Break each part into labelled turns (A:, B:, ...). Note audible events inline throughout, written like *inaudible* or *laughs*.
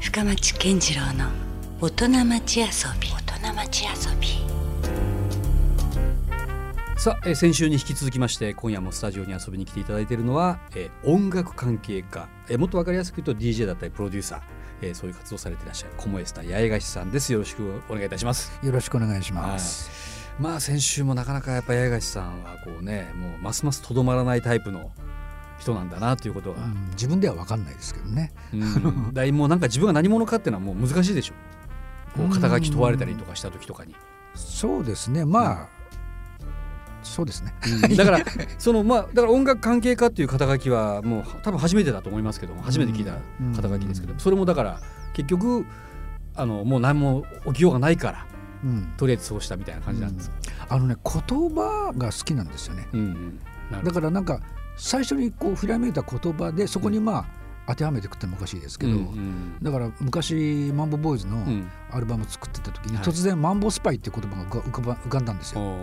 A: 深町健次郎の大人町遊び大人町遊び
B: さあ、えー先週に引き続きまして今夜もスタジオに遊びに来ていただいているのは、えー音楽関係家、えーもっとわかりやすく言うと DJ だったりプロデューサー、えーそういう活動をされていらっしゃる小エスタ八重樫さんですよろしくお願いいたします
C: よろしくお願いします。
B: まあ先週もなかなかやっぱ八重樫さんはこうねもうますますとどまらないタイプの人なんだなということが、
C: うん自分では分かんないですけどね。
B: うん、だいもうなんか自分が何者かっていうのはもう難しいでしょこう肩書き問われたりとかした時とかに、
C: そうですね。まあ、そうですね。
B: うんだからそのまあだから音楽関係家っていう肩書きはもう多分初めてだと思いますけども初めて聞いた肩書きですけどもそれもだから結局あのもう何も起きようがないから
C: うん、
B: とりあえずそうしたみたいな感じなんです。
C: あのね、言葉が好きなんですよね。
B: うんうんなる
C: だ
B: ほ
C: からなんか最初にこうひらめいた言葉でそこにまあ当てはめてくってもおかしいですけ
B: ど
C: ど。
B: うんうん
C: だから昔マンボボーイズの
B: うん
C: アルバム作ってた時に
B: はい
C: 突然「マンボスパイ」っていう言葉が浮かば浮かんだんです
B: お
C: よ。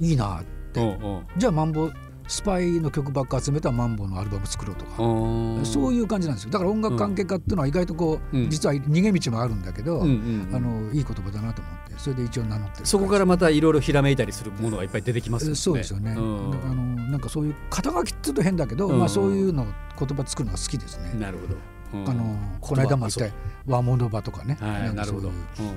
B: う
C: いいな
B: おうおう
C: じゃあマンボスパイの曲ばっか集めたマンボのアルバム作ろうとか
B: おう
C: そういう感じなんですよだから音楽関係家っていうのは意外とこう、
B: うん
C: 実は逃げ道もあるんだけど、
B: うんうんうん
C: あのいい言葉だなと思ってそれで一応名乗ってる
B: そこからまたいろいろひらめいたりするものがいっぱい出てきますよ
C: え
B: ね。
C: そうですよね、
B: うん
C: だからあのなんかそういう肩書きっていうと変だけど、
B: うん
C: まあ、そういうの言葉作るのが好きですね、
B: なるほど。うん
C: あのこの間も言った和物場とかね、
B: はい、
C: ん
B: な
C: か
B: る
C: そう
B: ほ
C: いう
B: ど。うん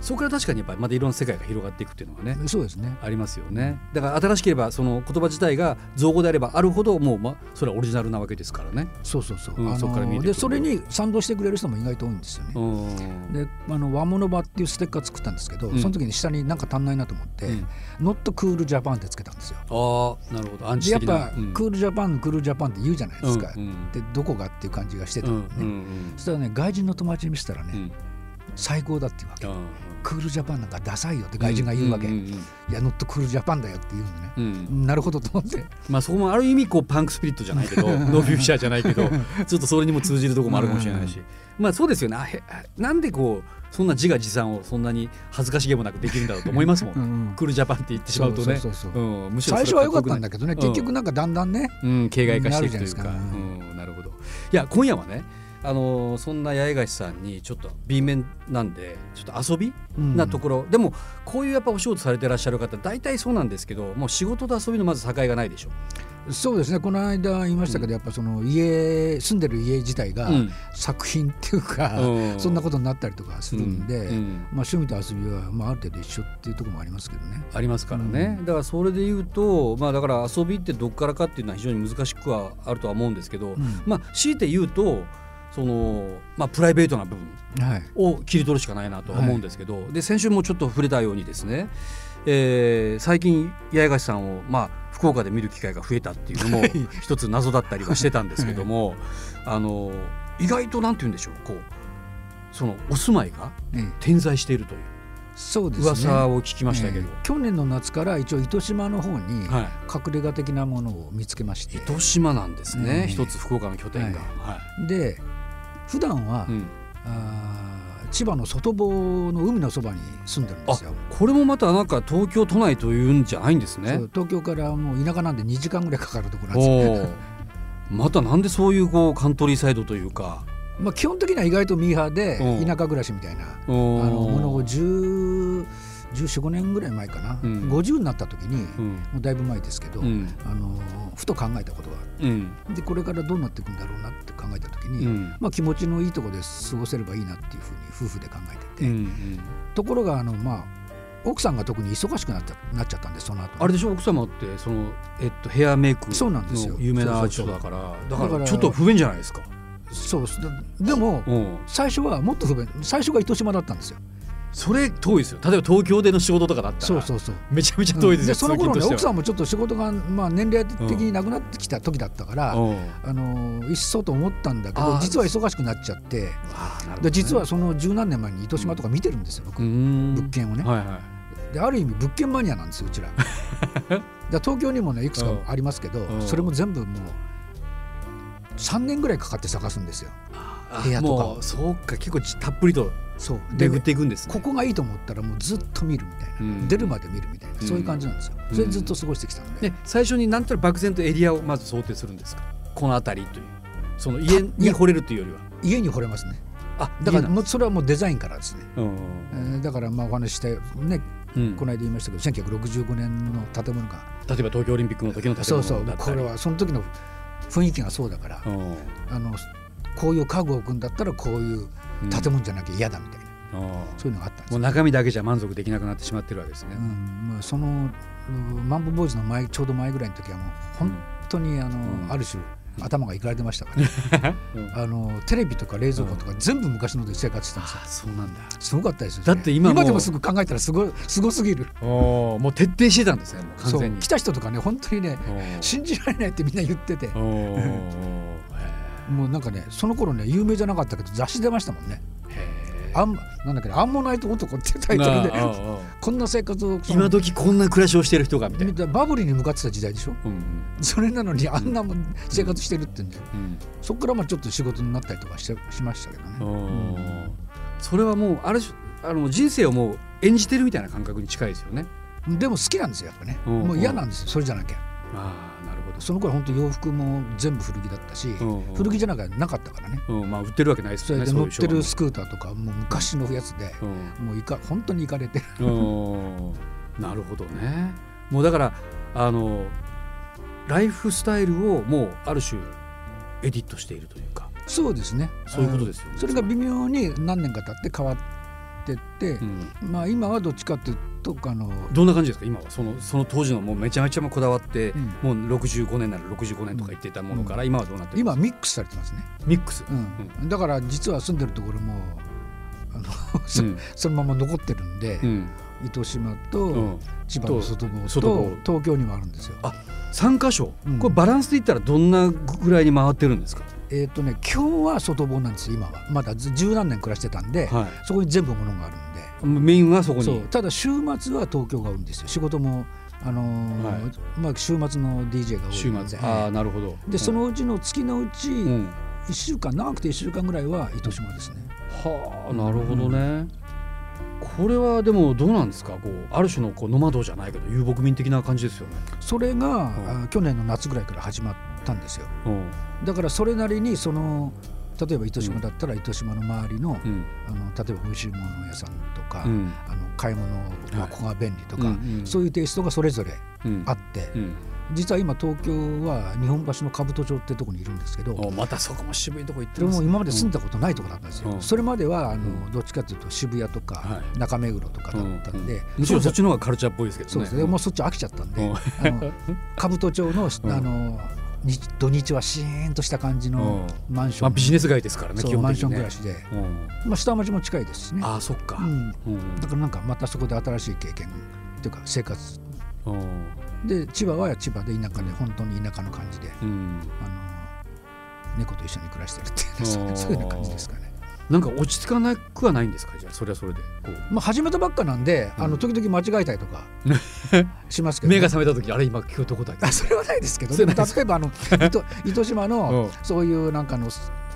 B: そこから確かにやっぱりまたいろんな世界が広がっていくっていうのはね。
C: そうですね
B: ありますよね。だから新しければその言葉自体が造語であればあるほどもうまそれはオリジナルなわけですからね。
C: そうそうそう、
B: うん
C: あの
B: そこから見えてくる
C: でそれに賛同してくれる人も意外と多いんですよね、
B: うん。
C: であの和物場っていうステッカー作ったんですけど、
B: うん
C: その時に下になんか足んないなと思って
B: うん
C: 「ノットクールジャパンってつけたんですよ
B: ああ、なるほど。アン
C: で
B: チ
C: やっ
B: 的な。
C: ぱ、
B: うん
C: クールジャパンクールジャパンって言うじゃないですか、
B: うんうん
C: でどこがっていう感じがしてた
B: うん
C: でね、
B: ん
C: そしたらね外人の友達に見せたらね、
B: うんうん
C: 最高だっていうわけ、
B: うん
C: クールジャパンなんかダサいよって外人が言うわけ、
B: んん
C: いやノットクールジャパンだよって言うのね、
B: うんうん
C: なるほどと思って
B: まあそこもある意味こうパンクスピリットじゃないけど *laughs* ノーフューチャーじゃないけどちょっとそれにも通じるとこもあるかもしれないし、まあそうですよねあへあなんでこうそんな自画自賛をそんなに恥ずかしげもなくできるんだろうと思いますもん
C: うんうん
B: クールジャパンって言ってしまうとね
C: そうそうそうそ
B: うんむしろ
C: 最初は良かったんだ
B: け
C: けどね
B: うん
C: 結局なんかだんだんね、
B: ど、うん、形骸化していくというか
C: なるじゃないです
B: うん、なるほどいや今夜はねあのーそんな八重樫さんにちょっと B 面なんでちょっと遊び
C: うん
B: なところ、でもこういうやっぱお仕事されてらっしゃる方大体そうなんですけどもう仕事と遊びのまず境がないでしょ。
C: そうですねこの間言いましたけど、やっぱその家住んでる家自体が
B: うん
C: 作品っていうか、
B: うん
C: そんなことになったりとかするんで、
B: うんうん
C: まあ、趣味と遊びは、まあ、ある程度一緒っていうところもありますけどね。
B: ありますからね、だからそれで言うと、まあ、だから遊びってどっからかっていうのは非常に難しくはあるとは思うんですけど、
C: ん
B: まあ強いて言うとその、まあ、プライベートな部分
C: はい
B: を切り取るしかないなとは思うんですけど、で先週もちょっと触れたようにですね、えー最近八重樫さんを、まあ、福岡で見る機会が増えたっていうのも一つ謎だったりはしてたんですけども、あの意外となんて言うんでしょうこうそのお住まいが
C: ええ
B: 点在しているという
C: そうですね
B: 噂を聞きましたけど。
C: ええ去年の夏から一応糸島の方に
B: はい
C: 隠れ家的なものを見つけまして、
B: 糸島なんですね、
C: ええ
B: 一つ福岡の拠点が、
C: は
B: はい
C: で普段は、
B: うん
C: あー千葉の外房の海のそばに住んでるんで
B: あ
C: すよ。
B: これもまたなんか東京都内というんじゃないんですね
C: そう東京からもう田舎なんで2時間ぐらいかかるところな
B: お
C: んです
B: お
C: よ
B: ーまたなんでそういうこうカントリーサイドというか
C: まあ、基本的には意外とミーハーで
B: うん
C: 田舎暮らしみたいな
B: あ
C: あのものを
B: の
C: 10 1415年ぐらい前かな、
B: うん
C: 50になった時に、
B: うん
C: もうだいぶ前ですけど、
B: うん
C: あのふと考えたことがあっ
B: うん
C: てでこれからどうなっていくんだろうなって考えた時
B: う
C: に、
B: ん
C: まあ、気持ちのいいところで過ごせればいいなっていうふうに夫婦で考えて
B: う
C: て、
B: ん
C: ところがあの、まあ、奥さんが特に忙しくなっちゃなっちゃったんでその後
B: あれでしょ奥様ってその、えっと、ヘアメイク
C: そうなんですよ
B: の有名な
C: そ
B: 人
C: うそう
B: だ
C: そう
B: から
C: だ
B: だ
C: か
B: から
C: ら
B: ちょっと不便じゃないですか。
C: そうすでも
B: うん、
C: 最初はもっと不便最初が糸島だったんですよ
B: それ遠いですよ例えば東京での仕事とかだったら
C: そうそうそう
B: めちゃめちゃ遠いですよ、
C: でその頃
B: 通勤
C: ね
B: と
C: 奥
B: して
C: さ
B: は
C: んもちょっと仕事が、まあ、年齢的になくなってきた時だったから、
B: うん
C: あの一層と思ったんだけ
B: あ
C: ど
B: ー
C: 実は忙しくなっちゃって
B: あーなるほどね
C: で実はその十何年前に糸島とか見てるんですよ、僕
B: 物
C: 物件をね、
B: はいはい
C: である意味物件マニアなんですようち
B: *laughs*
C: らだから東京にもねいくつかありますけど、
B: うん
C: それも全部もう3年ぐらいかかって探すんですよ
B: あ
C: 部屋とか
B: もうそうか結構じたっぷりと
C: そうで
B: 巡っていくんですね
C: ここがいいと思ったらもうずっと見るみたいな、
B: うん
C: 出るまで見るみたいな、そういう感じなんですよ
B: うん
C: それずっと過ごしてきたので、
B: で最初になんとなく漠然とエリアをまず想定するんですかこの辺りというその家
C: い
B: に
C: や
B: 惚れるというよりは
C: 家に惚れますね
B: あ
C: だから
B: いい
C: もうそれはもうデザインからですね、
B: なうん
C: えーだからまあお話ししてね
B: うん
C: この間言いましたけど1965年の建物が
B: 例えば東京オリンピックの時の建物だったり
C: そうそうこれはその時の雰囲気がそうだから、
B: うん
C: あのこういう家具を置くんだったらこういう建物じゃなきゃ嫌だみたいな、
B: うん
C: そういうのがあったんです
B: もう
C: よ、
B: 中身だけじゃ満足できなくなってしまってるわけですね
C: う。んまあ、そのうんマンボウボーイズの前ちょうど前ぐらいの時はもう本当にあの、
B: うん
C: ある種頭がいかれてましたから、ね
B: うん
C: あのテレビとか冷蔵庫とか全部昔ので生活してたんですよ、
B: あそうなんだ。
C: すごかったですよ、
B: だって今も
C: 今でもすぐ考えたらすごいすごすぎる
B: おーもう徹底してたんですね。もう完
C: そう
B: 全に。
C: 来た人とかね本当にね
B: おー
C: 信じられないってみんな言ってて
B: おー
C: もうなんかねその頃ね有名じゃなかったけど雑誌出ましたもんね
B: へー
C: アンなんだっけなアンモナイト男っていうタイトルで
B: なあああ
C: こんな生活をその
B: 今時こんな暮らしをしてる人がみたい
C: み
B: な。
C: たいなバブリーに向かってた時代でしょ
B: うん
C: それなのにあんなもん生活してるってんで、
B: うん
C: そこからまあちょっと仕事になったりとかしてしましたけど
B: う
C: ね
B: んおーそれはもうあれあの人生をもう演じてるみたいな感覚に近いですよね。
C: でも好きなんですよやっぱね
B: うん
C: もう嫌なんですよそれじゃなきゃ
B: ああなるほど。
C: その頃本当洋服も全部古着だったし
B: うん
C: 古着じゃなきゃなかったからね
B: うん、まあ売ってるわけないです
C: そ
B: よね。
C: れで
B: そうい
C: 乗っ
B: う
C: て
B: 商
C: る
B: 品
C: スクーターとかもう昔のやつで
B: うん
C: もういか本当にいかれてる
B: うんなるほどね。もうだからあのライフスタイルをもうある種エディットしているというか、
C: そうですね
B: そういうことですよ
C: あ
B: ね。
C: のそれが微妙に何年か経って変わってって
B: う、ん
C: まあ今はどっちかっていうとあの
B: どんな感じですか今はそのその当時のもうめちゃめちゃもうこだわって、
C: うん
B: もう65年なら65年とか言っていたものから、今はどうなってる
C: 今はミックスされてますね、
B: ミックス、
C: うんだから実は住んでるところもあの、そ
B: うん
C: そのまま残ってるんで、
B: うん
C: 糸島
B: う
C: と
B: ん、
C: 千葉の外房
B: 外
C: と
B: 房
C: 東京にもあるんですよ。
B: あ3か所、
C: うん
B: これバランスで言ったらどんなぐらいに回ってるんですか、
C: えっ、とね基本は外房なんですよ今はまだず十何年暮らしてたんで、
B: は
C: そこに全部物があるんで。
B: い、メインはそこに
C: そうただ週末は東京が多いんですよ仕事も、あのー
B: はい
C: まあ、週末の DJ が多いんで
B: 週末ああなるほど
C: でそ、のうちの月のうち
B: うんう
C: 1
B: ん
C: 週間長くて1週間ぐらいは糸島ですね
B: はあなるほどね、これはでもどうなんですかこうある種のこうノマドじゃないけど遊牧民的な感じですよね、
C: それが、
B: ん
C: あ去年の夏ぐらいから始まったんですよ
B: うん
C: だからそれなりにその例えば糸島だったら糸島の周りの,、
B: うん
C: あの例えば美味しいもの屋さんとか、
B: うん
C: あの買い物はここが便利とか、
B: うんうん
C: そういうテイストがそれぞれ
B: うん
C: あって、
B: うん
C: 実は今東京は日本橋の兜町ってとこにいるんですけど
B: おまたそこも渋いとこ行って
C: それ
B: ます
C: も
B: ね
C: 今まで住んだことないとこだったんですよ、
B: うん
C: それまではあの、
B: うん
C: どっちかというと渋谷と
B: は
C: か
B: い
C: 中目黒とかだったんで、
B: むしろそ
C: そ
B: っ
C: う
B: ちの方がカルチャーっぽいですけどね
C: そうですね、もうそっち飽きちゃったんで、
B: うん
C: あの兜町の,、
B: *laughs* うん
C: あの日土日はシーンとした感じのマンション、
B: まあ、ビジネス街ですからね
C: そう
B: 基本的にね
C: マンション暮らしで、
B: うん
C: まあ、下町も近いですしね、
B: ああそっか、
C: うん、
B: うん
C: だからなんかまたそこで新しい経験というか生活
B: うん
C: で千葉は千葉で田舎で本当に田舎の感じで、
B: うん
C: あの猫と一緒に暮らしてるっていう
B: う
C: そ
B: ん
C: *laughs* うそういうような感じですかね。
B: なんか落ち着かなくはないんですかじゃあそれはそれでこ
C: まあ、始めたばっかなんで、
B: うん
C: あの時々間違えたり
B: *laughs*
C: とかします
B: う
C: けど、
B: 目が覚めた時あれ今聞くとこだけ
C: あそれはないですけど、
B: それ
C: で
B: ない
C: も
B: で
C: 例えばあの
B: *laughs*
C: 糸糸島
B: うん
C: のそういうなんかの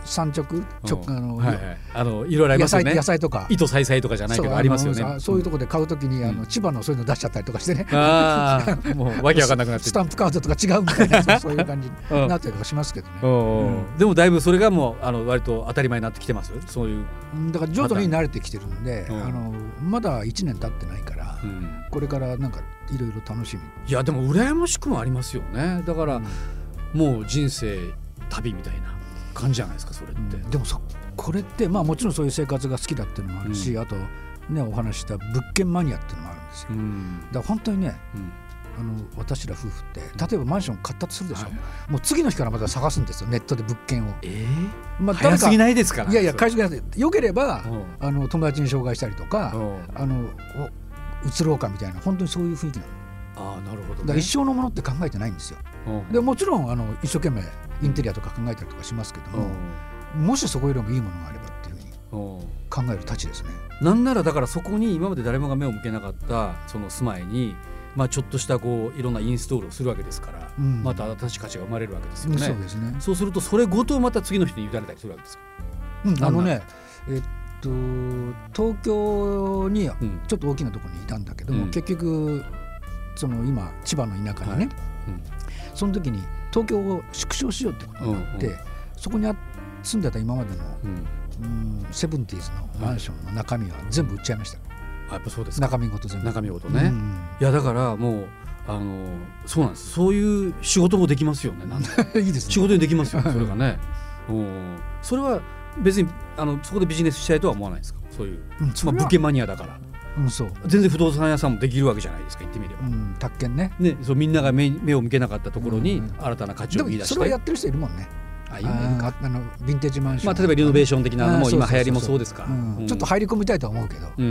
C: 産直直
B: うん
C: あの、
B: はいはい、あのいろいろあり
C: 野
B: ますよ
C: 菜
B: ね
C: 野菜とか。
B: 糸さいさいとかじゃない
C: そう
B: けど
C: の
B: ありますよね
C: さそういうところで買うときに、あ
B: うん
C: の千葉のそういうの出しちゃったりとかしてね、
B: ああもうわけわかんなくなって
C: スタンプカードとか違うみたいな
B: *laughs*
C: そうそういう感じ
B: う
C: に
B: ん
C: なったりとかしますけどね、
B: うんでもだいぶそれがもうあの割と当たり前になってきてますそういう、
C: うんだから徐々に慣れてきてるんで、
B: うん
C: あのまだ1年経ってないから、
B: うん
C: これからなんかいろいろ楽しみ
B: いやでも羨ましくもありますよねだから、
C: うん
B: もう人生旅みたいな感じじゃないですかそれって、
C: でもそこれってまあもちろんそういう生活が好きだっていうのもあるし、
B: う
C: あとねお話しした物件マニアっていうのもあるんですよ、
B: うん
C: だから本当にね
B: うん
C: あの私ら夫婦って例えばマンション買ったとするでしょ、
B: はいはい
C: もう次の日からまた探すんですよネットで物件を、
B: え
C: ま
B: ー、
C: あ
B: 早すぎ
C: い
B: ないですから
C: いやいや
B: それ
C: 会社がよければ、
B: うん
C: あの友達に紹介したりとか、
B: うん
C: あのお移ろうかみたいな本当にそういう雰囲気なのだ
B: ああなるほど、
C: から
B: ね、
C: 一生のものって考えてないんですよ
B: うん
C: でもちろんあの一生懸命インテリアとか考えたりとかしますけど
B: う
C: も、もしそこよりもいいものがあればっていうふうに
B: んうん
C: 考えるたちですね。
B: なんならだからそこに今まで誰もが目を向けなかったその住まいに、まあ、ちょっとしたこういろんなインストールをするわけですから、
C: うん
B: また新しい価値が生まれるわけです
C: そ
B: よ
C: う
B: ね。
C: ですね。
B: そうするとそれごとまた次の人に委ねたりするわけですか。
C: うんあのね、えっと東京に
B: うん
C: ちょっと大きなところにいたんだけども、
B: うん
C: 結局その今千葉の田舎にね、
B: は
C: その時に東京を縮小しようってことになって、
B: うん
C: そこにあ住んでた今までの
B: うん
C: うんセブンティーズのマンションの中身は全部売っちゃいましたよ、
B: あやっぱそうですか
C: 中身ごと全部
B: 中身ごとね、
C: うん
B: いやだからもうあのそうなんですそういう仕事もできますよねなんだ
C: *laughs* いいですね
B: 仕事にできます
C: *laughs*
B: よねそれがねうんそれは別にあのそこでビジネスしたいとは思わないですかそういう、
C: うんそ
B: まあ、
C: れは
B: 物件マニアだから
C: うんそう、
B: 全然不動産屋さんもできるわけじゃないですか言ってみれば
C: う、ん、宅建ね
B: ね、そうみんなが目目を向けなかったところに
C: うん
B: 新たな価値
C: で
B: を見出
C: も
B: し
C: そ
B: て、
C: れはやってる人いるもんね
B: あ
C: あ
B: いいね
C: ああのヴィンテージマンショ
B: ま
C: ン
B: あ、例えばリノベー
C: シ
B: ション的なのも今流行りもそうですから、うん
C: ちょっと入り込みたいとは思うけど、
B: うんう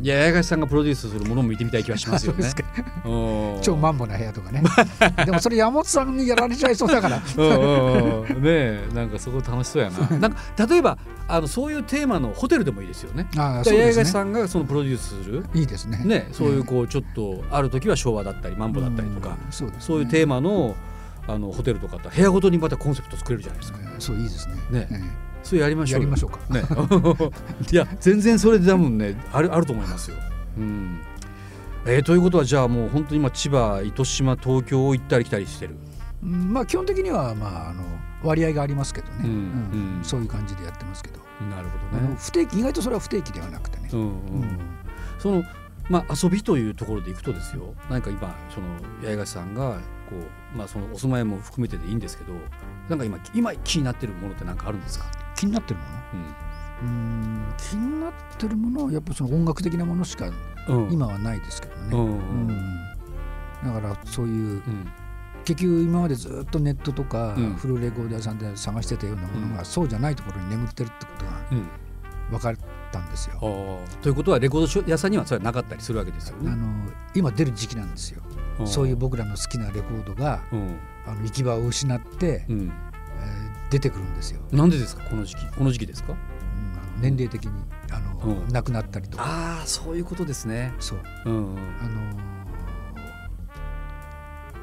B: ん、いや八重樫さんがプロデュースするものも見てみたい気がしますよね
C: そう。 *laughs* ですか
B: うん
C: 超マンボな部屋とかね *laughs* でもそれ山本さんにやられちゃいそう
B: *laughs*
C: だから
B: うんうんうんねえなんかすごい楽しそうやな。なんか例えばあのそういうテーマのホテルでもいいですよね。
C: ああ
B: 八
C: そう
B: 重
C: です
B: 樫
C: ね
B: さんがそのプロデュースする、
C: いいですね
B: ね、そういうこうちょっとある時は昭和だったりマンボだったりとか、
C: うんそうですね
B: そういうテーマのあのホテルとかあったら部屋ごとにまたコンセプト作れるじゃないですか。
C: うんそういいですね
B: ね
C: え
B: それやりま
C: え
B: しょ
C: や
B: う
C: り
B: よ
C: ましょうか
B: ね、 *laughs* いや全然それで多分ねあるあると思いますよ。うんえーということはじゃあもう本当に今千葉糸島東京を行ったり来たりしてる。
C: うんまあ基本的にはまああの割合がありますけどね
B: うん
C: うん
B: うん
C: そういう感じでやってますけど
B: なる
C: あの。不定期意外とそれは不定期ではなくてね
B: うんうん
C: うん
B: そのまあ遊びというところでいくとですよ何か今その八重樫さんがこう、まあ、そのお住まいも含めてでいいんですけどなんか今今気になってるものって何かあるんですか、
C: 気になってるものうん気になってるものはやっぱその音楽的なものしか
B: うん
C: 今はないですけど
B: う
C: ね、
B: んう
C: うん
B: ん
C: だからそういう
B: うん
C: 結局今までずっとネットとか
B: うん
C: フルレコーダーさんで探してたようなもの
B: う
C: がそうじゃないところに眠ってるってことが
B: うん
C: 分かったんですよ。
B: あーということはレコード屋さんにはそれはなかったりするわけですよ
C: あ
B: ね。
C: の今出る時期なんですよ。
B: ん
C: そういう僕らの好きなレコードが
B: うん
C: あの行き場を失って、
B: うん
C: えー出てくるんですよ。
B: なんでですかこの時期この時期ですか
C: うんあの年齢的にあの、
B: うん
C: 亡くなったりとか
B: ああそういうことですね
C: そう
B: うん
C: あのー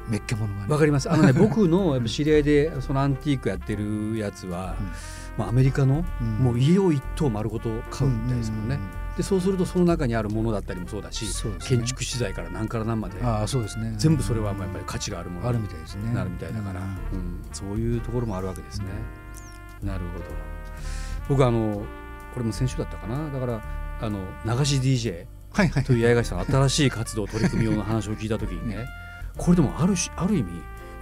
C: めっけものが
B: わ
C: ね。
B: かりますあ *laughs* のね僕のやっぱ知り合いでそのアンティークやってるやつは、
C: うん
B: まあ、アメリカの、
C: うん
B: もう家を一棟丸ごと買うみたいですもんね、
C: うんうんうん
B: でそうするとその中にあるものだったりもそうだし
C: そうですね
B: 建築資材から何から何まで
C: ああそうですね。
B: 全部それはまあやっぱり価値があるもの
C: あるみたいですね。
B: なるみたいだから、うんそういうところもあるわけですね。なるほど僕あのこれも先週だったかなだからあの流し DJ
C: はいはい。
B: という八重樫さんの新しい活動取り組み用の話を聞いた時にねこれでもあるしある意味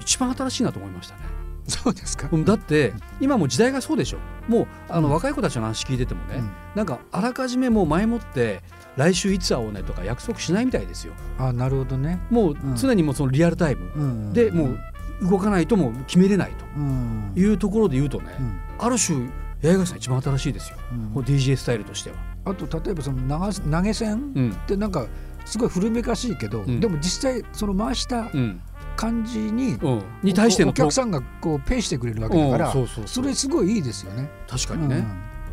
B: 一番新しいなと思いましたね。
C: *laughs* そうですか。
B: うんだって今もう時代がそうでしょもうあ
C: う
B: の
C: ん
B: 若い子たちの話聞いててもね、
C: うん
B: なんかあらかじめもう前もって来週いつ会おうねとか約束しないみたいですよ
C: あなるほどね。
B: もう
C: うん
B: 常にもうそのリアルタイム
C: うん
B: でもう動かないともう決めれないと
C: うん
B: いうところで言うとね、
C: うん
B: ある種八重樫さん一番新しいですよ、
C: うん
B: この DJ スタイルとしては。
C: あと例えばその流す投げ銭
B: うん
C: ってなんかすごい古めかしいけど、
B: ん
C: でも実際その回した
B: うん
C: 感じに、
B: うん、に対しての
C: おお客さんがこうペイしてくれるわけだから、
B: うんそうそうそう
C: れすごいいいですよね。
B: 確かにね、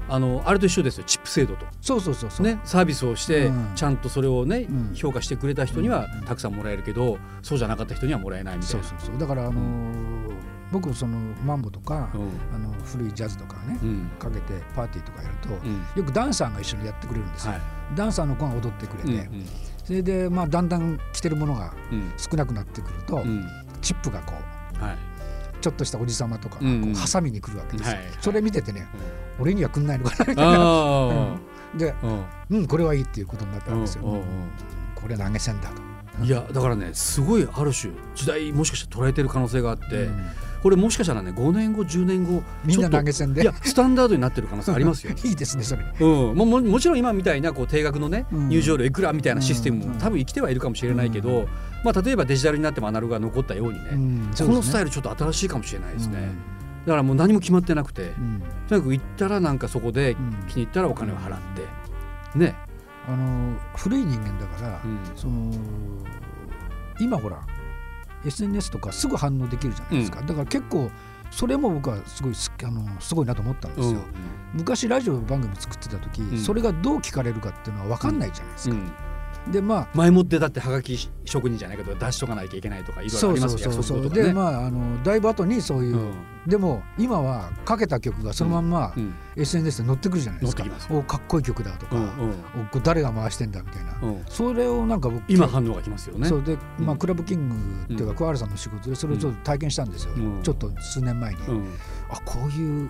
B: あのあれと一緒ですよチップ制度と。
C: うんそうそうそうそう。
B: ね、サービスをして
C: うん
B: ちゃんとそれをね、
C: うん
B: 評価してくれた人にはたくさんもらえるけどそうじゃなかった人にはもらえないみたい
C: そう
B: な。
C: そうそう。だからあのー僕そのマンボとか、
B: うん
C: あの古いジャズとかね、
B: うん
C: かけてパーティーとかやると、
B: うん
C: よくダンサーが一緒にやってくれるんですよ。
B: はい
C: ダンサーの子が踊ってくれて、
B: うん
C: それでまあだんだん着てるものが
B: うん
C: 少なくなってくると、
B: うん
C: チップがこう。
B: はい
C: ちょっとしたおじさまとかが
B: うんう
C: こ
B: ん
C: うハサミに来るわけですよ、
B: はい
C: それ見ててね、俺には来んないのかなみ *laughs* たいな
B: あ
C: で
B: あ、うん
C: うんこれはいいっていうことになった
B: うんん
C: ですよ、
B: うん
C: これ投げ銭だと、
B: うんいやだからねすごいある種時代もしかしたら捉えてる可能性があって、
C: うん
B: これもしかしたらね5年後10年後
C: みんな
B: ちょっと
C: 投げ銭で
B: いやスタンダードになってる可能性ありますよ
C: *laughs* いいですねそれ
B: うん、もももちろん今みたいなこう定額のね、
C: うん
B: 入場料いくらみたいなシステム
C: うんう
B: も
C: ん
B: 多分生きてはいるかもしれないけど、
C: うん
B: まあ、例えばデジタルになってもアナログが残ったようにね、
C: うん
B: こ
C: そうですね
B: のスタイルちょっと新しいかもしれないですね、
C: うん
B: だからもう何も決まってなくて、
C: うん
B: とにかく行ったらなんかそこで
C: ん
B: 気に入ったらお金を払って、ね、
C: あの古い人間だから、
B: うん
C: その今ほら SNS とかすぐ反応できるじゃないですか、だから結構それも僕はすごいすあのすごいなと思ったんですよ、昔ラジオ番組作ってた時、
B: ん
C: それがどう聞かれるかっていうのは分かんないじゃないです
B: う
C: か、
B: ん
C: でまあ
B: 前もってだってはがき職人じゃないけど出しとかないきゃいけないとかいろいろ
C: そ
B: あ
C: う
B: り
C: そ
B: ま
C: う
B: すよ
C: そうそう、
B: 約束事とかね。
C: でまああのだいぶ後にそういう、
B: うん
C: でも今はかけた曲がそのまんま、
B: うん
C: SNS で載ってくるじゃないですか
B: 載ってきます
C: おかっこいい曲だとか、
B: うん
C: おこれ誰が回してんだみたいな、
B: うんうん
C: それをなんか僕
B: 今反応がきますよね。
C: そうで、
B: う
C: まあ、
B: ん
C: クラブキングっていううんか桑原さんの仕事でそれをちょっと体験したんですよ、
B: うん
C: ちょっと数年前に、
B: うん
C: あこういう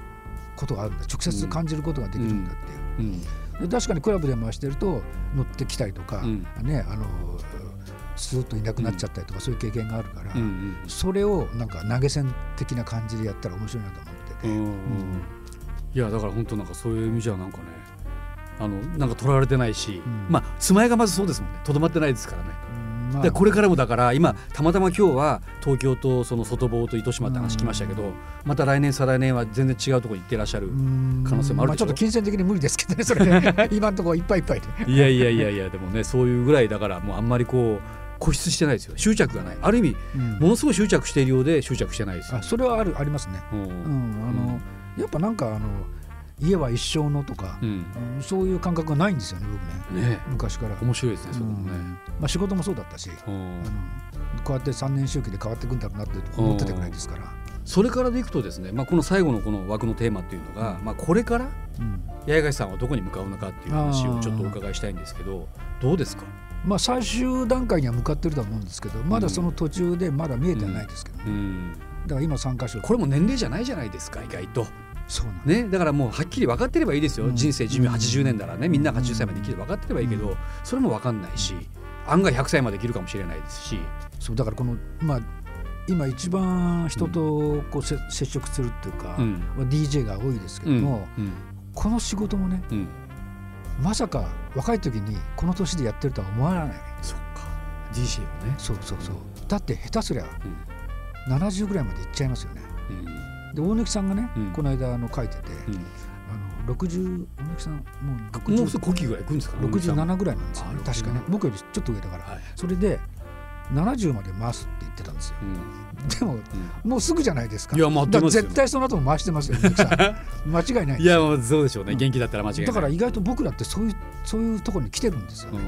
C: ことがあるんだ直接感じることができるんだっていう。
B: うん
C: で確かにクラブで回してると乗ってきたりとか、
B: うん
C: ねあのスーッといなくなっちゃったりとか、そういう経験があるから、
B: うんうん
C: それをなんか投げ銭的な感じでやったら面白いなと思ってて、
B: うんうんいやだから本当なんかそういう意味じゃなんかねあのなんか取られてないし、
C: ん
B: まあ住まいがまずそうですもんねとどまってないですからね。
C: うんまあ
B: でこれからもだから今たまたま今日は東京とその外房と糸島って話聞きましたけど、また来年再来年は全然違うところに行ってらっしゃる、
C: うん
B: 可能性もある
C: ま
B: でし
C: ち
B: ょ
C: ょっと金銭的に無理ですけどねそ
B: *laughs*
C: れね今のところいっぱいいっぱいで
B: いやいやいやいやでもねそういうぐらいだからもうあんまりこう固執してないですよ執着がないある意味
C: うん
B: ものすごい執着しているようで執着してないですよ
C: あ、それはあるありますね、
B: う
C: うんんあのやっぱなんかあの家は一生のとか
B: う、ん
C: うんそういう感覚がないんですよね僕ね
B: ね
C: 昔から、
B: 面白いですねそれもね、
C: うんまあ、仕事もそうだったし、
B: うん
C: あのこうやって3年周期で変わっていくんだろうなって思ってたぐらいですから、
B: それからでいくとですね、まあ、この最後のこの枠のテーマっていうのが、まあ、これから
C: うん
B: 八重樫さんはどこに向かうのかっていう話をちょっとお伺いしたいんですけどどうですか、
C: まあ、最終段階には向かってるとは思うんですけどまだその途中でまだ見えてはないですけど、
B: うん、
C: だから今3箇所
B: これも年齢じゃないじゃないですか意外と、
C: そうなんです
B: ね、だからもうはっきり分かってればいいですよ、
C: うん
B: 人生寿命80年ならねみんな80歳まで生きて分かってればいいけど、それも分かんないし案外100歳まで生きるかもしれないですし、
C: そうだからこの、まあ、今一番人とこうせ、接触するっていうか、
B: うん
C: まあ DJ が多いですけど
B: うん
C: も、
B: うん
C: この仕事もね
B: うん
C: まさか若い時にこの年でやってるとは思わない
B: そっか DJ をね、
C: そうそうそうだって下手すりゃ
B: うん
C: 70ぐらいまでいっちゃいますよね
B: うん
C: で大貫さんがね、
B: うん
C: この間あの書いてて、あの60大貫さんもう
B: うん、もう
C: 60
B: すぐ古希ぐらい行くんですか
C: 67ぐらいなんですよ、ね
B: あ、
C: 確かね僕よりちょっと上だから、
B: はい
C: それで70まで回すって言ってたんですよ
B: うん
C: でももうすぐじゃないですか
B: いや回ってますよ
C: だから絶対その後も回してますよ大貫
B: *laughs*
C: さん間違いない
B: いやもうそうでしょうね、
C: うん
B: 元気だったら間違いない
C: だから意外と僕らってそういうそういうところに来てるんですよ
B: う
C: ね、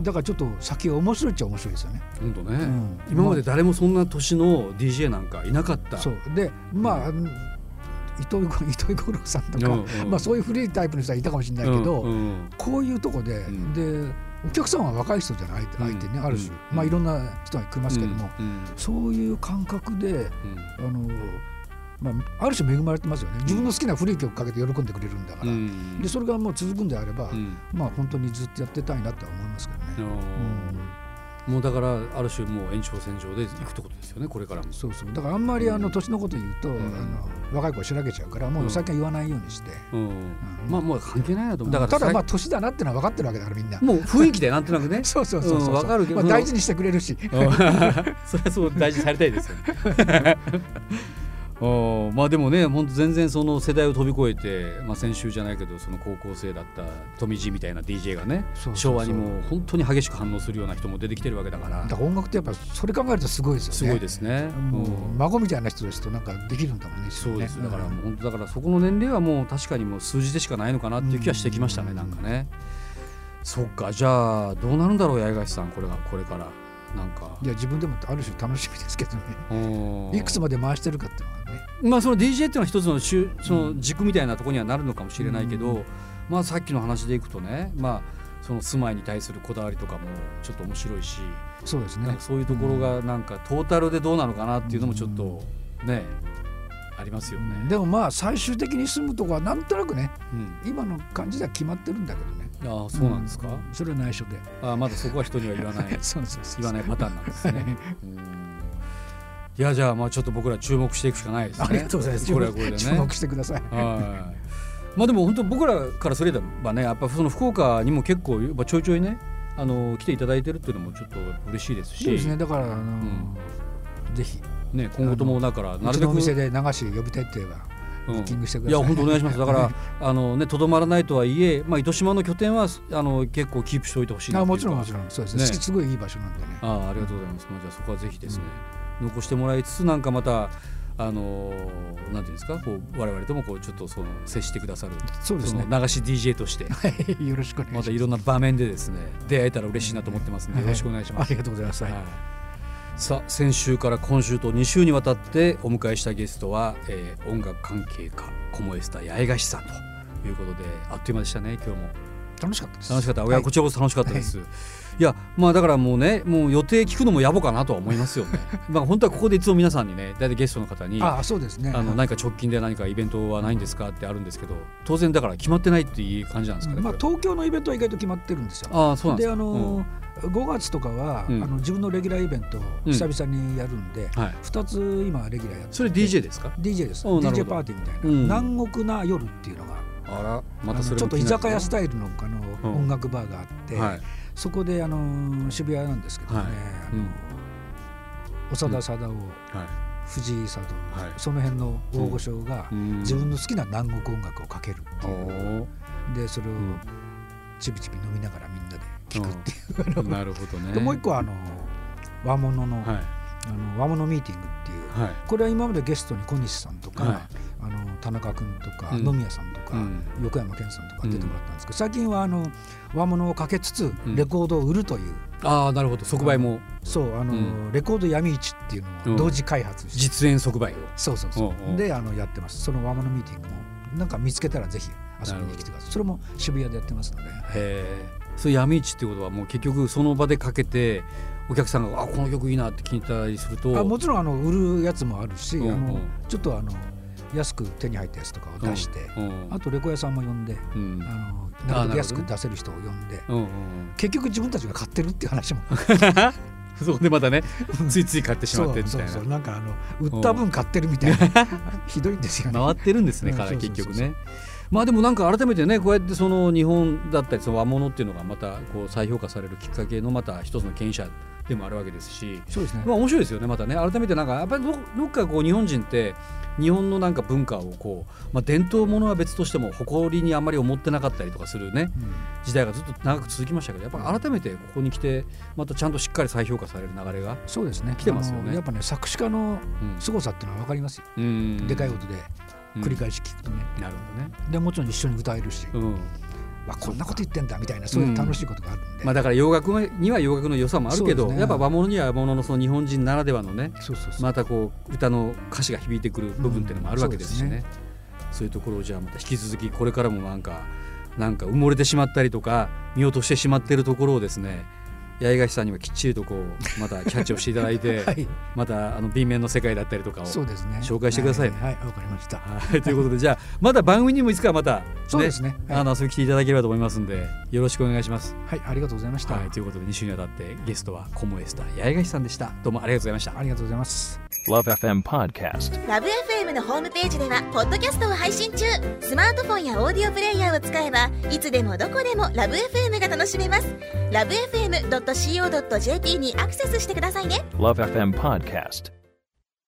B: ん
C: だからちょっと先が面白いっちゃ面白いですよね。
B: 本当ね、
C: ん
B: 今まで誰もそんな年の DJ なんかいなかった
C: そうでまあ、あの伊藤五伊藤五郎さんとか、
B: うんうん
C: まあ、そういう古いタイプの人はいたかもしれないけど、
B: うんうん
C: こういうとこで,、
B: うん
C: でお客さんは若い人じゃない相手ね、
B: うん
C: ある種、
B: うん
C: まあ、いろんな人が来ますけども、
B: うんうん
C: そういう感覚で
B: うん
C: あの、まあ、ある種恵まれてますよね自分の好きな古い曲かけて喜んでくれるんだから、
B: うん
C: でそれがもう続くんであれば、
B: うん
C: まあ、本当にずっとやってたいなとは思いますけどね。
B: あのもうだからある種もう延長線上で行くってことですよねこれからも。
C: そうそうだからあんまりあの年のこと言うと、
B: ん
C: あの若い子はしらけちゃうからもう先は言わないようにして、
B: うん、まあもう関係ないなと思う。だ
C: だ
B: から
C: ただまあ
B: さ
C: 年だなってのは分かってるわけだからみんな。
B: もう雰囲気で *laughs* なんとなくね
C: *laughs* そうそうそうそう、
B: うんわかるけど
C: まあ、大事にしてくれるし、
B: うんそれはそう大事にされたいですよね。お *laughs* まあでもね本当全然その世代を飛び越えて、まあ、先週じゃないけどその高校生だった富士みたいな DJ がね
C: そうそうそう
B: 昭和にもう本当に激しく反応するような人も出てきてるわけだから
C: だから音楽ってやっぱそれ考えるとすごいですよね
B: すごいですね。
C: もう
B: うん
C: 孫みたいな人ですとなんかできるんだもんね
B: そうです、
C: ね
B: だからもう本当だからそこの年齢はもう確かにもう数字でしかないのかなっていう気はしてきましたね、
C: うん
B: なんかねそっかじゃあどうなるんだろう八重樫さんこれがこれからなんか
C: いや自分でもある種楽しみですけどね
B: うん
C: いくつまで回してるかっていうのはね
B: まあその DJ っていうのは一つの種その軸みたいなところにはなるのかもしれないけど、
C: う
B: まあさっきの話でいくとねまあその住まいに対するこだわりとかもちょっと面白いし、
C: そうです
B: なん
C: ね
B: かそういうところがなんかトータルでどうなのかなっていうのもちょっとね、ありますよね。
C: でもまあ最終的に住むとこはなんとなくね
B: うん
C: 今の感じでは決まってるんだけどね
B: ああそうなんですか、
C: それは内緒で
B: あまだそこは人には言わ
C: *laughs*
B: ない
C: そうそうそう
B: 言わないパターンなんです
C: *laughs*
B: ね。うんいやじゃあまあちょっと僕ら注目していくしかないですね。
C: ありがとうございます。
B: これはこれで
C: 注
B: ね。
C: 目してください。
B: はい。まあでも本当僕らからすればねやっぱその福岡にも結構やっぱちょいちょいねあの来ていただいてるっていうのもちょっと嬉しいですし。
C: そうですね。だからあの、
B: ん
C: ぜひ
B: ね今後ともだから
C: う
B: なる
C: ち
B: べ
C: のお
B: く
C: 店で流し呼びたいって言えば、
B: うん
C: ブッキングしてくだ
B: い
C: さい。
B: や本当お願いします。だからあのねとどまらないとはいえまあ糸島の拠点はあの結構キープしておいてほしいなっ
C: あ
B: ていうか。
C: もちろんもちろんそうですね
B: ね
C: すごいいい場所なんでね。
B: ああありがとうございます、まあ、じゃあそこはぜひですね、残してもらいつつなんかまたあのーなんていうんですかこう我々ともこうちょっとその接してくださる
C: そうですね。
B: の流し DJ として *laughs*
C: よろしくお願いしま。
B: ますたいろんな場面でですね出会えたら嬉しいなと思ってますので、
C: はい
B: よろしくお願いします。
C: ありがとうございます。はい
B: はいさあ先週から今週と2週にわたってお迎えしたゲストは、えー音楽関係家コモエスタ八重樫さんということであっという間でしたね今日も。
C: 楽しかったです
B: 楽しかった、い、
C: は
B: や
C: い
B: こちらこそ楽しかったです、い、やまあだからもうねもう予定聞くのも野暮かなとは思いますよね *laughs* まあ本当はここでいつも皆さんにね大体ゲストの方に
C: ああそうですね
B: あの
C: はい
B: 何か直近で何かイベントはないんですかってあるんですけど当然だから決まってないっていう感じなんですかね、
C: まあ、
B: これ
C: 東京のイベントは意外と決まってるんですよ。
B: ああそうなんです
C: で
B: か
C: あのー、5月とかは、
B: うん
C: あの自分のレギュラーイベントを久々にやるんで、
B: うんはい、
C: 2つ今レギュラーやって
B: それ DJ ですか
C: DJ です
B: おうなるほ
C: DJ
B: ど
C: パーティーみたいな、
B: うん
C: 南国な夜っていうのが、
B: あらまた
C: あの
B: それ
C: ちょ
B: も気
C: っと
B: に
C: 居
B: なる
C: 酒屋スタイルのあの、
B: うん
C: 音楽バーがあって、
B: はい
C: そこであのー渋谷なんですけどね、
B: はい
C: あのー
B: うん
C: 長田貞夫、
B: は
C: 藤井貞夫、
B: はい
C: その辺の大御所が、
B: いうん
C: 自分の好きな南国音楽をかけるって
B: お
C: いう、
B: ー
C: でそれを
B: ん
C: ちびちび飲みながらみんなで聴くっていう。
B: なるほどね
C: *laughs* でもう一個はあの和物の,、
B: はい
C: あの和物ミーティングっていう
B: はい
C: これは今までゲストに小西さんとか、
B: はい
C: あの田中君とか、
B: うん
C: 野宮さんと
B: う
C: か、
B: ん
C: 横山健さんとか出てもらったんですけど、最近はあの和物をかけつつ
B: うん
C: レコードを売るという、
B: ああなるほど即売も
C: そうあの、
B: うん
C: レコード闇市っていうのを同時開発して、
B: 実演即売を
C: そうそうそ
B: お
C: う、
B: うおう
C: であのやってますその和物ミーティングもなんか見つけたらぜひ遊びに来てくださいそれも渋谷でやってますので。
B: へえそういう闇市ってことはもう結局その場でかけてお客さんが「あこの曲いいな」って聞いたりすると
C: あもちろんあの売るやつもあるし、
B: うんうん
C: あのちょっとあの安く手に入ったやつとかを出して、
B: うん
C: あとレコ屋さんも呼んで、
B: うん
C: あの
B: あ
C: なる
B: なるほ
C: べ
B: ど
C: く
B: ね
C: 安く出せる人を呼んで
B: うんうんうん
C: 結局自分たちが買ってるっていう話も
B: そこでまたね *laughs* ついつい買ってしまってみたいな
C: そうそうそうなんかあの売った分買ってるみたいなひどいんですよね。
B: 回ってるんですね
C: うん
B: から
C: そうそう
B: 結
C: そうそう
B: 局ね。まあでもなんか改めてねこうやってその日本だったりその和物っていうのがまたこう再評価されるきっかけのまた一つの権威者でもあるわけですし、
C: そうですね、
B: まあ、面白いですよねまたね改めてなんかやっぱりどどっかこう日本人って日本のなんか文化をこう、まあ、伝統ものは別としても誇りにあんまり思ってなかったりとかするね
C: うん
B: 時代がずっと長く続きましたけどやっぱ改めてここに来てまたちゃんとしっかり再評価される流れが、
C: そうですね
B: 来てますよね
C: あのやっぱね作詞家の
B: うん
C: 凄さっていうのは分かりますよ、
B: うん
C: でかい音で繰り返し聞くとね、
B: なる
C: でもちろん一緒に歌えるし、
B: ほどね、うん
C: わこんなこと言ってんだみたいなそういう楽しいことがあるんで、
B: まあ、だから洋楽には洋楽の良さもあるけ
C: そ
B: ど、
C: うですね
B: やっぱ和物には和物のその日本人ならではのね
C: そうそうそう、
B: またこう歌の歌詞が響いてくる部分っていうのもあるわけですしね,、
C: うんそう
B: そういうところをじゃあまた引き続きこれからもなんかなんか埋もれてしまったりとか見落としてしまっているところをですね八重樫さんにはきっちりとこうまたキャッチをしていただいて、
C: *laughs* はい
B: またあの B 面の世界だったりとかを。
C: そうですね
B: 紹介してくださいね
C: はいはいわかりました
B: はい、ということでじゃあまた番組にもいつかまた、ね
C: そうですねはい
B: あの遊びに来ていただければと思いますんでよろしくお願いします。
C: はいありがとうございました、
B: はい、ということで2週にわたってゲストはコモエスター八重樫さんでしたどうもありがとうございました
C: ありがとうございます
D: Love FM Podcast.
E: ラブ f m のホームページではポッドキャストを配信中スマートフォンやオーディオプレイヤーを使えばいつでもどこでもラブ f m が楽しめますラブ FM.co.jp にアクセスしてくださいね
D: Love FM Podcast.